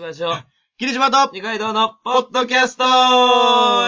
ましょう。霧島と、二階堂のポポッッドキャスト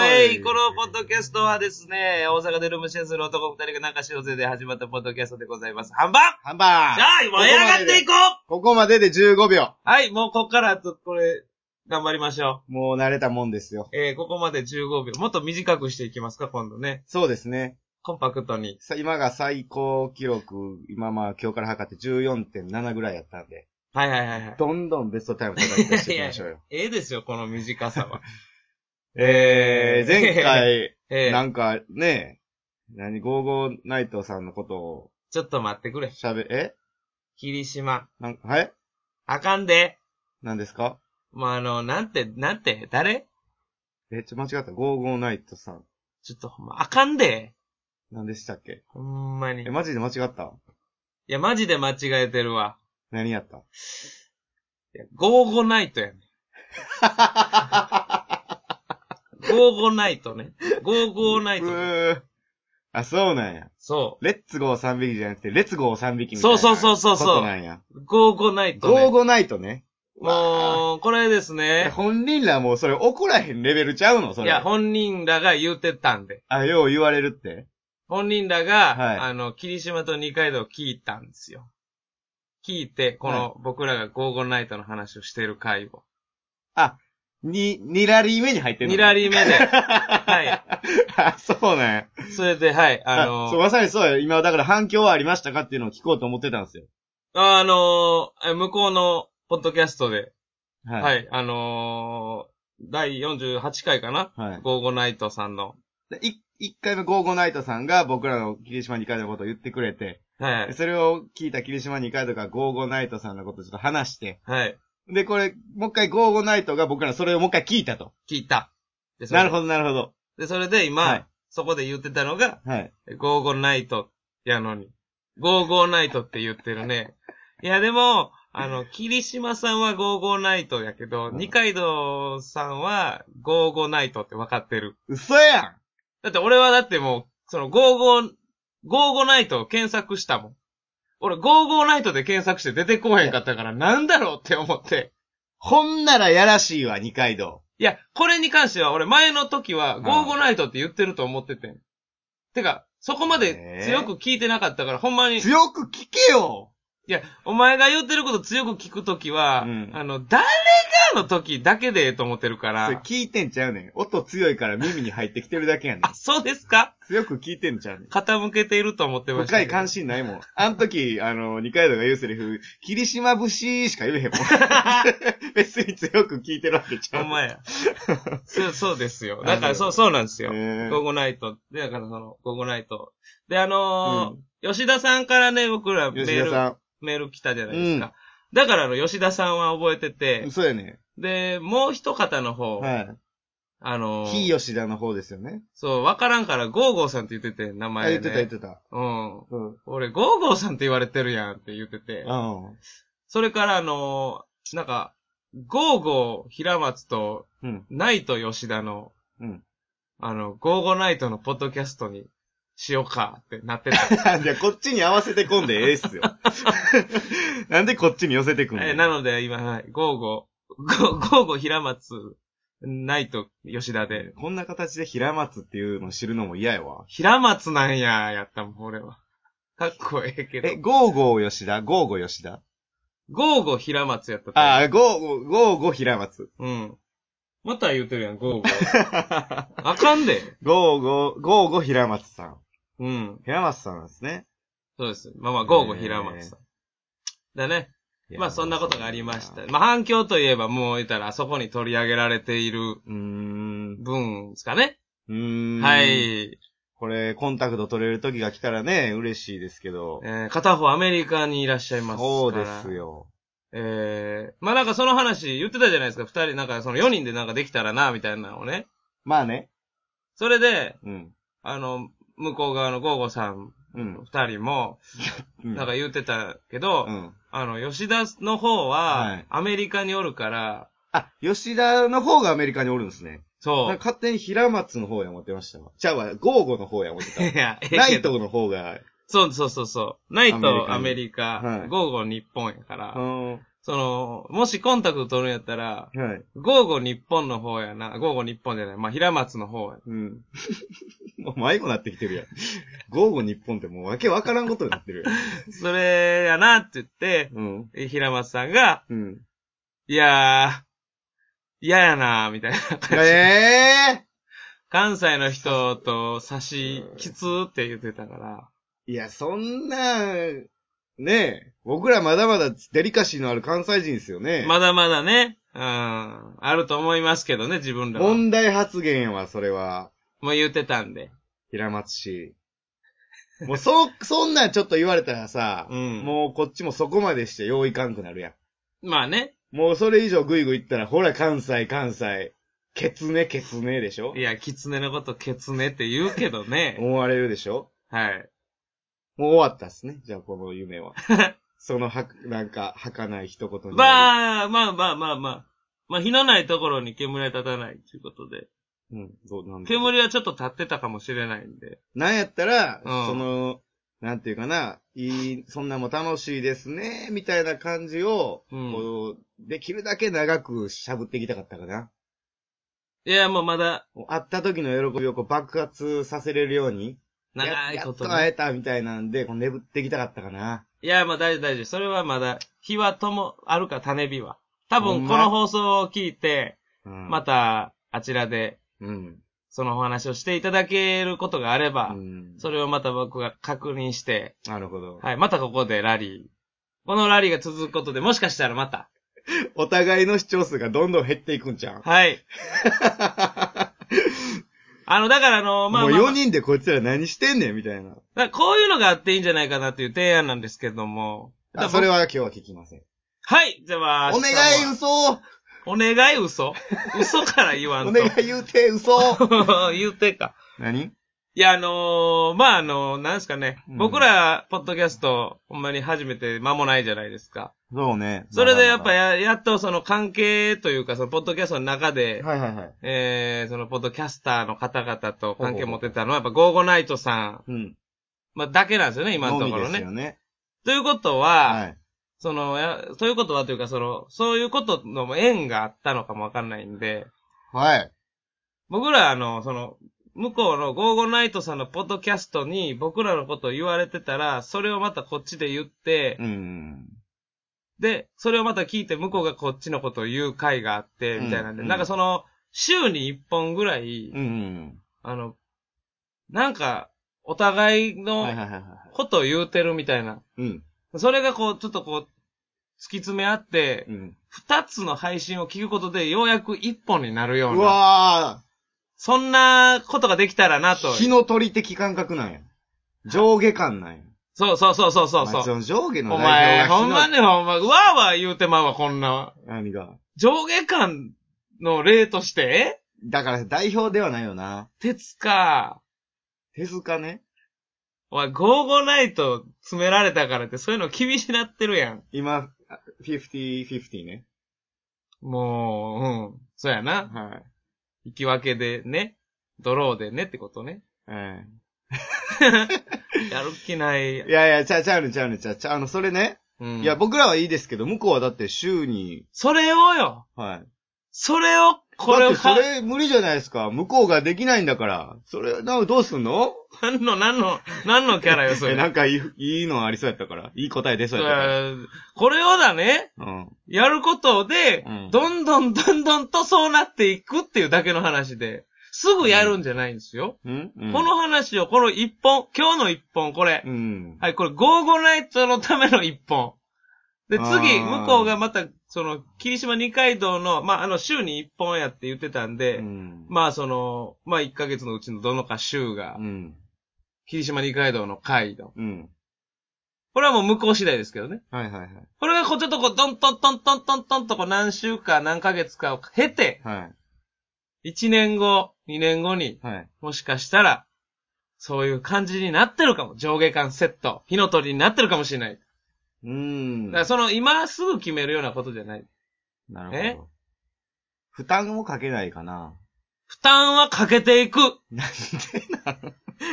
えいこのポッドキャストはですね、大阪でルームシェアする男二人が中小勢で始まったポッドキャストでございます。ハンバーハンバじーゃあ、盛り上がっていこうここまでで15秒。はい、もうこっからあと、これ、頑張りましょもう慣れたもんですよ。う。えー、ここまで15秒。もっと短くしていきますか、今度ね。そうですね。コンパクトに。さ今が最高記録、今まあ今日から測って14.7ぐらいやったんで、はいはいはいはい。どんどんベストタイム叩き出していきましょうよ。ええですよ、この短さ は。 えー、前回、 えなー、んかね、何、ゴーゴーナイトさんのことをちょっと待ってくれ。喋、え霧島。なんか、はいあかんで。何ですかまあ、あの、なんて、なんて、誰え、ちょ、間違った。ゴーゴーナイトさん。ちょっとほんま、あかんで。何でしたっけほんまに。いえ、マジで間違ったや、マジで間違えてるわ。何やったいや、ゴーゴナイト やねん。ゴーゴナイトね。ゴーゴナイトうね。ーあ、そうなんや。そレッツゴー3匹じゃなくて、レッツゴー3匹みたいそうな。そうそうそうそうことなんや。う。ゴーゴナイトゴーね。ゴーナイトね。もう、これですえ、ね。本人らもうそれ怒らへんレベルちゃうのそいれ。や、本人らが言うてたんで。あ、よう言われるって。本人らが、はいあの、霧島と二階堂を聞いたんですよ。聞いて、この、僕らがゴーゴナイトの話をしてる回を。に、にらり目に入ってんの二ラリ目で。は あ、そうなんや。い。それで、はい、あの そう、まさにそうや。今、だから反響はありましたかっていうのを聞こうと思ってたんですよ。あのーえ向こうの、ポッドキャストで、ははい、い。あのー第48回かなはい。ゴーゴナイトさんの。でい一回目、ゴーゴーナイトさんが僕らの霧島二階堂のことを言ってくれて、はい。それを聞いた霧島二階堂がゴーゴーナイトさんのことをちょっと話して、はい。で、これ、もう一回ゴーゴーナイトが僕らのそれをもう一回聞いたと。聞いた。でなるど。ほど、なるほど。で、それで今、はいそこで言ってたのが、はい。ゴーゴナイトやのに。ゴーゴナイトって言ってる ね。いや、でも、あの、霧島さんはゴーゴナイトやけど、うん二階堂さんはゴーゴナイトって分かってる。嘘やんだって俺はだってもう、その、ゴーゴー、ゴーゴナイトを検索したもん。俺、ゴーゴーナイトで検索して出てこへんかったから、なんだろうって思って。ほんならやらしいわ、二階堂。いや、これに関しては俺前の時は、んゴーゴーナイトって言ってると思っててん。てか、そこまで強く聞いてなかったから、ほんまに、い強く聞けよや、お前が言ってること強く聞く時は、うんあの、誰がの時だけでええと思ってるかそれら、聞いてんちゃうねん。音強いから耳に入ってきてるだけやねんあ、。そうですか強く聞いてんちゃうねん。傾けていると思ってました深けいど。関心ないもん。あの時、あの、二階堂が言うセリフ、霧島節しか言えへんもん。 別に強く聞いてるわけちゃほう。んま や。そう、そうですよ。なだるほどから、そう、そうなんですよ。えゴーーゴナイト。で、だからその、ゴーゴナイト。で、あのー吉田さんからね、僕らメ吉田ール、さメール来たじゃないですか。だから、あの、吉田さんは覚えててん。、そうやね。で、もう一方の方、はい。あのー非吉田の方ですよね。そう、わからんから、ゴーゴーさんって言ってて、名あ、前、ね。言ってた言ってた。うん。うん。俺、ゴーゴーさんって言われてるやんって言ってて、うん。それから、あのーなんか、ゴーゴー平松とうん。 ナイト吉田の、うん。あの、ゴーゴーナイトのポッドキャストにしようかってなってた。じゃあこっちに合わせてこんでええっ すよ。なんでこっちに寄せてくんのえーなので、今、はい、ゴーゴー、 ゴーゴーゴー平松、ナイト、吉田で。こんな形で平松っていうの知るのも嫌やわ。平松なんや、やったもん、俺は。かっこええけどえ、。ゴーゴー吉田ゴーゴー吉田ゴーゴー平松やったと思うあー、ゴーゴー、ゴーゴー平 松。うん。また言うてるやん、ゴーゴー。 あかんで。ゴーゴー、ゴーゴー平松さん。うん。平松さんなんですね。そうです。まあまあ、ゴーゴー平松さん。だね。まあ、そんなことがありました。まあ、反響といえば、もう言ったら、あそこに取り上げられているうーん。分ですかね。うーん。はい。これ、コンタクト取れる時が来たらね、嬉しいですけど。えー片方アメリカにいらっしゃいますから。そうです。よ。えー、まあなんかその話言ってたじゃないですか。二人、なんかその四人でなんかできたらな、みたいなのをね。まあね。それで、うん。あの、向こう側のゴーゴさん、うん。二人も、うなんか言ってたけど、うん。あの、吉田の方は、はいアメリカにおるから、あ、吉田の方がアメリカにおるんですね。そなんうか。勝手に平松の方や思ってましたわ。ちゃうわ、ゴーゴーの方や思ってたわ 。いや、ええけどナイ。トの方が、そうそうそうそう。ナイト、アアメメリカ、はいゴーゴ日本やから、うん。その、もしコンタクト取るんやったら、はい。ゴーゴ日本の方やな。ゴーゴ日本じゃない。まあ、平松の方や。うん。もう迷子なってきてるやん。ゴーゴ日本ってもうわけわからんことになってるそれやなって言って、やん。うん。え平松さんが、うん。いやー、嫌やなー、みたいな感じでえ関西の人と差し、きつーって言ってたから。えいや、そんな、ねえ、僕らまだまだデリカシーのある関西人ですよね。まだまだね、うん、あると思いますけどね、自分らは。も問題発言は、それは、う言ってたんで。平松氏。もう、そ、そんなんちょっと言われたらさ、うんもうこっちもそこまでして用意かんくなるやまあね。ん。もうそれ以上グイグイ言ったら、ほら、関西、関西、ケツネ、ケツネでしょいや、狐のことケツネって言うけどね。 思われるでしょはい。もう終わったっすね。じゃあ、この 夢は。その、は、なんか、儚い一言に。あ、まあ、まあまあまあまあ。まあ、火のないところに煙は立たないということで。うん、どう、なんだろう煙はちょっと立ってたかもしれないんで。なんやったら、うんその、なんていうかな、いい、そんなんも楽しいですね、みたいな感じを、うんこう、できるだけ長くしゃぶっていきたかったかな。いや、もうまだ、もう会った時の喜びをこう爆発させれるように、長いややこっとと会ね。えたみたいなんで、こう眠っていきたかったかな。いや、まあ大丈夫大丈夫。それはまだ、火はとも、あるか種火は。多ほ分んこまの放送を聞いて、うん。また、あちらで、うん。そのお話をしていただけることがあれば、うん。それをまた僕が確認して、なるほど。はい、またここでラリー。このラリーが続くことで、もしかしたらまた、お互いの視聴数がどんどん減っていくんじゃん。 はい。あの、だからあの、まあ、もうまあまあ4人でこいつら何してんねんみたいな。だからこういうのがあっていいんじゃないかなという提案なんですけども。だかあらそれは今日は聞きません。はい、じゃあまあ、お願明い日は嘘お願い嘘嘘から言わんと。 お願い言うて 嘘 言うてか。何いや、あのーまあ、あのーなんですかね。うん僕ら、ポッドキャスト、ほんまに初めて間もないじゃないですか。そうね。それでやっぱり。や、やっとその関係というか、そのポッドキャストの中で、はいはいはい。えー、そのポッドキャスターの方々と関係持ってたのは、やっぱゴーゴナイトさん、うん。まあ、だけなんですよね、今のところみですね。よね。ということは、はい。その、や、ということはというか、その、そういうことのも縁があったのかもわかんないんで、はい。僕らあの、その、向こうのゴーゴナイトさんのポッドキャストに僕らのことを言われてたら、それをまたこっちで言って、うん。で、それをまた聞いて向こうがこっちのことを言う回があって、みたいなんで、うんなんかその、週に一本ぐらい、うん。あの、なんか、お互いはいのはいはいはい。ことを言うてるみたいな。うん。それがこう、ちょっとこう、突き詰め合って、うん。二つの配信を聞くことで、ようやく一本になるよううな、わそんなことができたらなとー。。火の鳥的感覚なんや。上下感なんや。そうそうそうそうそうまあそう。の上下のお前、代表がほんま火のね、ほんま、うわーわー言うてまうわ、こんな。何が。上下感の例として、えだから代表ではないよな。鉄か。手塚ね。おい、ゴーゴーナイト詰められたからって、そういうの厳しなってるやん。今、50-50ね。もう、うん。そうやな。は引き分けでね。ドローでねってことね。い。えやる気ないえ。いやいや、ちゃうちゃうねんちゃうねんちゃうちゃう。あの、それね。うん。いや、、僕らはいいですけど、向こうはだって週に、それをよ。はい。それを、これだっをてそれ無理じゃないですか。向こうができないんだから。それ、な、どうすんの 何の、何の、何のキャラよ、そえれ。なんかいい、いいのありそうやったから。いい答え出そうやったかえーこれをだね、ら。うん。やることで、うんどんどんどんどんとそうなっていくっていうだけの話で、すぐやるんじゃないんですよ。うん、うん、この話を、この一本、今日の一本、これ。うん。はい、これ、ゴーゴナイトのための一本。で、次、あー向こうがまた、その、霧島二階堂の、まあ、あの、週に一本やって言ってたんで、うん。まあ、その、まあ、一ヶ月のうちのどのか週がう、ん。霧島二階堂の回の。うん。これはもう向こう次第ですけどね。はいはいはい。これがこうちょっとこう、どんとんとんとんとんとんとこう何週か何ヶ月かを経て、はい。 1年後、2年後に、はい。もしかしたら、そういう感じになってるかも。上下間セット、火の鳥になってるかもしれない。うだん。からその今すぐ決めるようなことじゃない。なえるほど。負担をかけないかな。負担はかけていく。なんで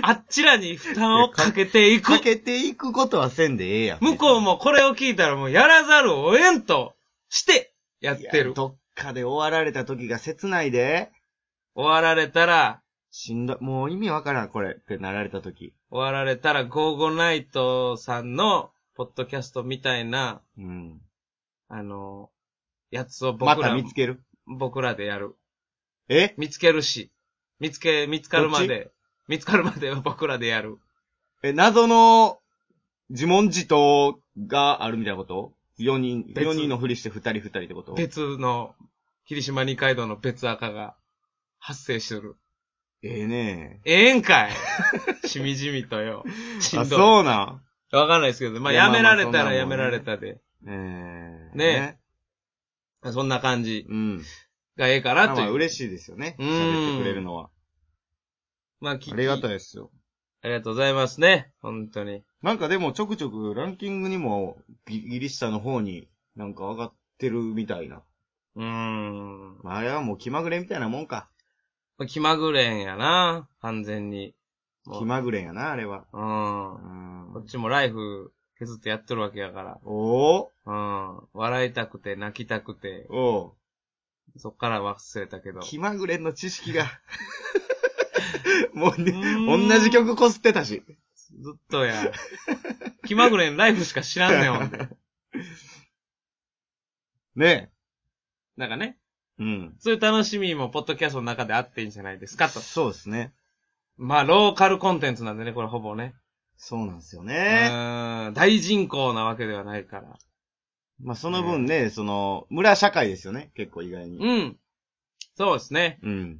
あっちらに負担をかけていくか。けていくことはせんでええやん。向こうも。もこれを聞いたらもうやらざるを得んとして、やっていやる。どっかで終わられた時が切ないで、終わられたら、しんどい、もう意味わからん、これってなられた時。終わられたら、ゴーゴナイトさんの、ポッドキャストみたいな、うん。あの、やつを僕まら、た見つける僕らでやる。え見つけるし、見つけ、見つかるまどで、見つかるまでは僕らでやる。え、謎の自問自答があるみたいなこと ?4 人、別4人のふりして2人2人ってこと別の、霧島二階堂の別赤が発生する。ええねええん かいしみじみとよ。しえ。あ、んどそうなん。い。わかんないですけど、まあ、いややまあめまあられたらやそんなもんねめられたで。ええねそんな感じうん。がええかまあなといまあう。嬉しいですよね。うん喋ってくれるのは。まあ、聞きありがたいですよ。ありがとうございますね。本当に。なんかでもちょくちょくランキングにもギギリシャの方になんか上がってるみたいな。うーん。まああれはもう気まぐれみたいなもんか。気まぐれんやな。完全に。もう気まぐれやな、あれは。うんう。んこっちもライフ削ってやってるわけやかおら。うん。笑いたくて、泣きたくてお、おそっからは忘れたけどう。 気まぐれの知識が。もう、うね、ーん同じ曲こすってたし。ずっとや。気まぐれんライフしか知らんねん、ほんで。ねなんかね、え。うん。そういう楽しみも、ポッドキャストの中であっていいんじゃないですかと。そうですね。まあ、ローカルコンテンツなんでね、これほぼね。そうなんですようね。ーん。大人口なわけではないから。まあその分ね、その、村社会ですよね。結構意外に。うん。そうですね。うん。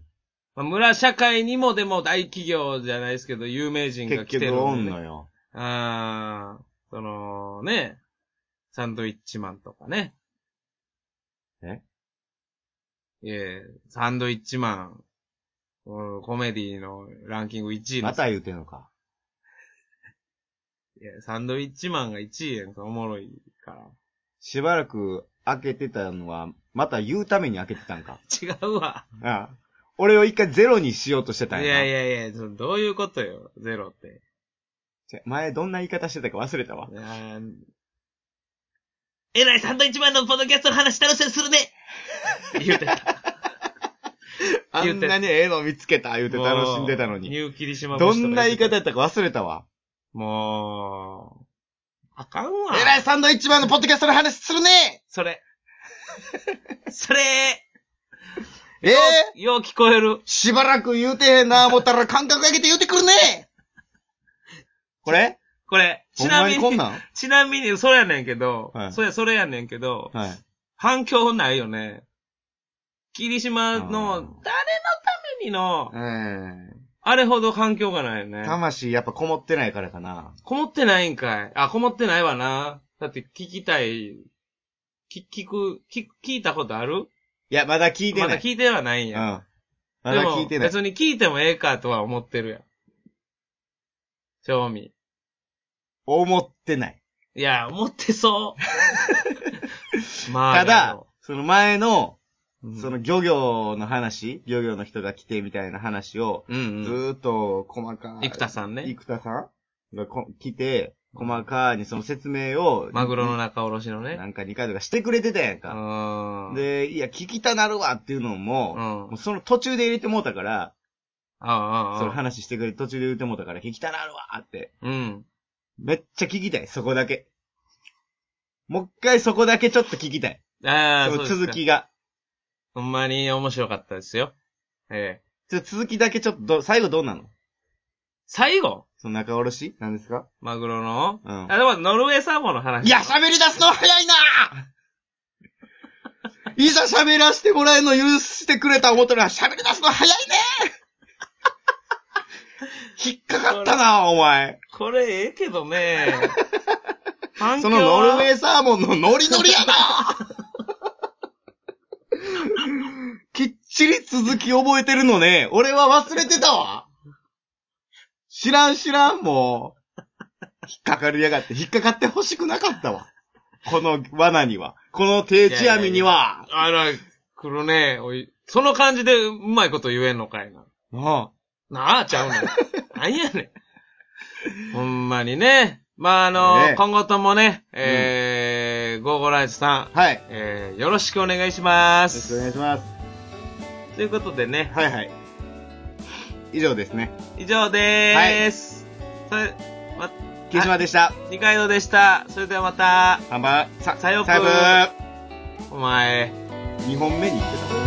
まあ、村社会にもでも大企業じゃないですけど、有名人が結来てるんで、ね。局おんのよ。あー、そのね、サンドイッチマンとかね。えいえ、サンドイッチマン、うんコメディのランキング1位のまた言うてんのか。いやサンドイッチマンが1位やんか、おもろいから。 しばらく開けてたのは、また言うために開けてたんか。違うわ。ああ俺を一回ゼロにしようとしていたんやな。やいやいや、そどういうことよ、ゼロって。ちょ前どんな言い方してたか忘れたわ。いやーえらいサンドイッチマンのポッドキャストの話楽しそうにするね言うてた。あ言うんてなにええの見つけた言うて楽しんでたのニに。ューキリシマどんな言い方でやったか忘れたわ。もう、あかんわ。えらいサンドイッチマンのポッドキャストの話するねそれ。 それええよう聞こえる。しばらく言うてへんな思ったら感覚上げて言うてくるねこれこれ。ほちんなまみにこんに、なんはちなみに、それやねんけど、はいそれ、それやねんけど、い。反響ないよね。霧島の、誰あーのためにの、うあれほど反響がないよん。ね。魂やっぱこもってないからかな。こもってないんかい。あ、こもってないわな。だって聞きたい、き、聞く、聞く、聞いたことあるいや、まだ聞いてない。まだ聞いてはないんうん。や。まだ聞いてない。でも別に聞いてもええかとは思ってるやん。正味。思ってない。いや、思って そう。まあ。たやだろ、その前の、うんその漁業の話、漁業の人が来てみたいな話を、うんずうん。ーっと細かい。生田さんね。生田さんがこ来て、細かにその説明を、マグロの中卸のね。なんか二回とかしてくれてたやんうか。ーん。、で、いや、聞きたなるわっていうのうん。も、あもうその途中で入れてもうたから、あ、ああ。その話してくれ、途中で入れてもうたから、聞きたなるわって。うん。めっちゃ聞きたい、そこだけ。もう一回そこだけちょっと聞きたい。ああ、そそうのですか続。きが。ほんまに面白かったですよ。ええ。ちょ続きだけちょっとど、最後どうなの最後その中卸しなんですかマグロのうんあ、でも、ノルウェーサーモンの話。いや、喋り出すの早いないざ喋らせてもらえるの許してくれた思ったら喋り出すの早いね引っかかったな、お前。これええけど ね。反響そはのノルウェーサーモンのノリノリやなきっちり続き覚えてるのね。俺は忘れてたわ。知らん知らん、もう。引っかかりやがって、引っかかって欲しくなかったわ。この罠には。この定置網には。あら、来るね。おい、その感じでうまいこと言えんのかいな。あなあ、ち ゃうねん。なんやねん。ほんまにね。まあ、あの、ね今後ともね、えーえー、ゴーゴーライトさん、はい。よえー、よろしくお願いしまろしくおす。願いします。ということでね、はいはい。以上ですね。以上でーす。それ、ま、木島でした。二階堂でした。それではまた、ハンバー、さ、さようサイブお前。 2本目に行ってた。